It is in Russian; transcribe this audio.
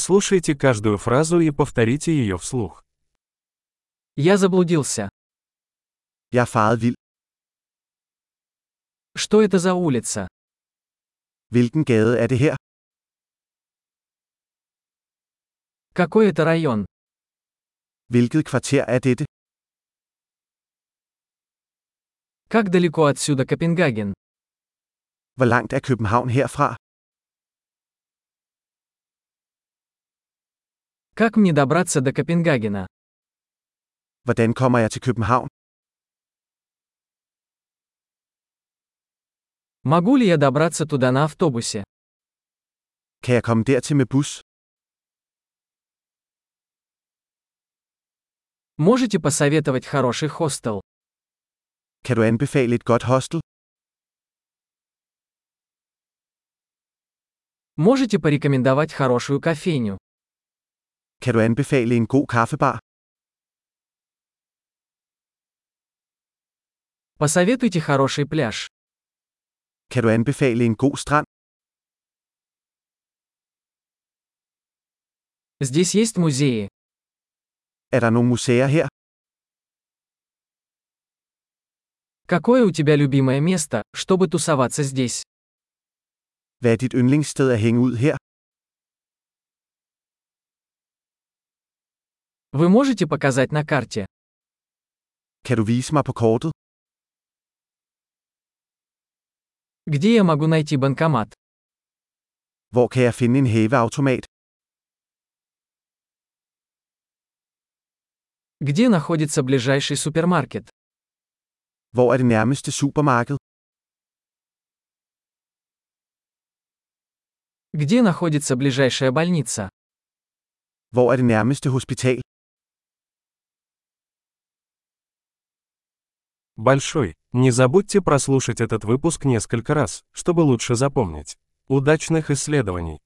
Прослушайте каждую фразу и повторите ее вслух. Я заблудился. Jeg er faret vild. Что это за улица? Hvilken gade er det her? Какой это район? Hvilket kvarter er dette? Как далеко отсюда Копенгаген? Hvor langt er København herfra? Как мне добраться до Копенгагена? Hvordan kommer jeg til København? Могу ли я добраться туда на автобусе? Kan jeg komme dertil med bus? Можете посоветовать хороший хостел? Kan du anbefale et godt hostel? Можете порекомендовать хорошую кофейню? Kan du anbefale en god kaffebar? Посоветуйте хороший пляж. Kan du anbefale en god strand? Здесь есть музеи. Er der nogle museer her? Какое у тебя любимое место, чтобы тусоваться здесь? Hvad er dit yndlingssted at hænge ud her? Вы можете показать на карте? Kan du vise mig på kortet? Где я могу найти банкомат? Hvor kan jeg finde en hæveautomat? Где находится ближайший супермаркет? Hvor er det nærmeste supermarked? Где находится ближайшая больница? Hvor er det nærmeste hospital? Большой. Не забудьте прослушать этот выпуск несколько раз, чтобы лучше запомнить. Удачных исследований!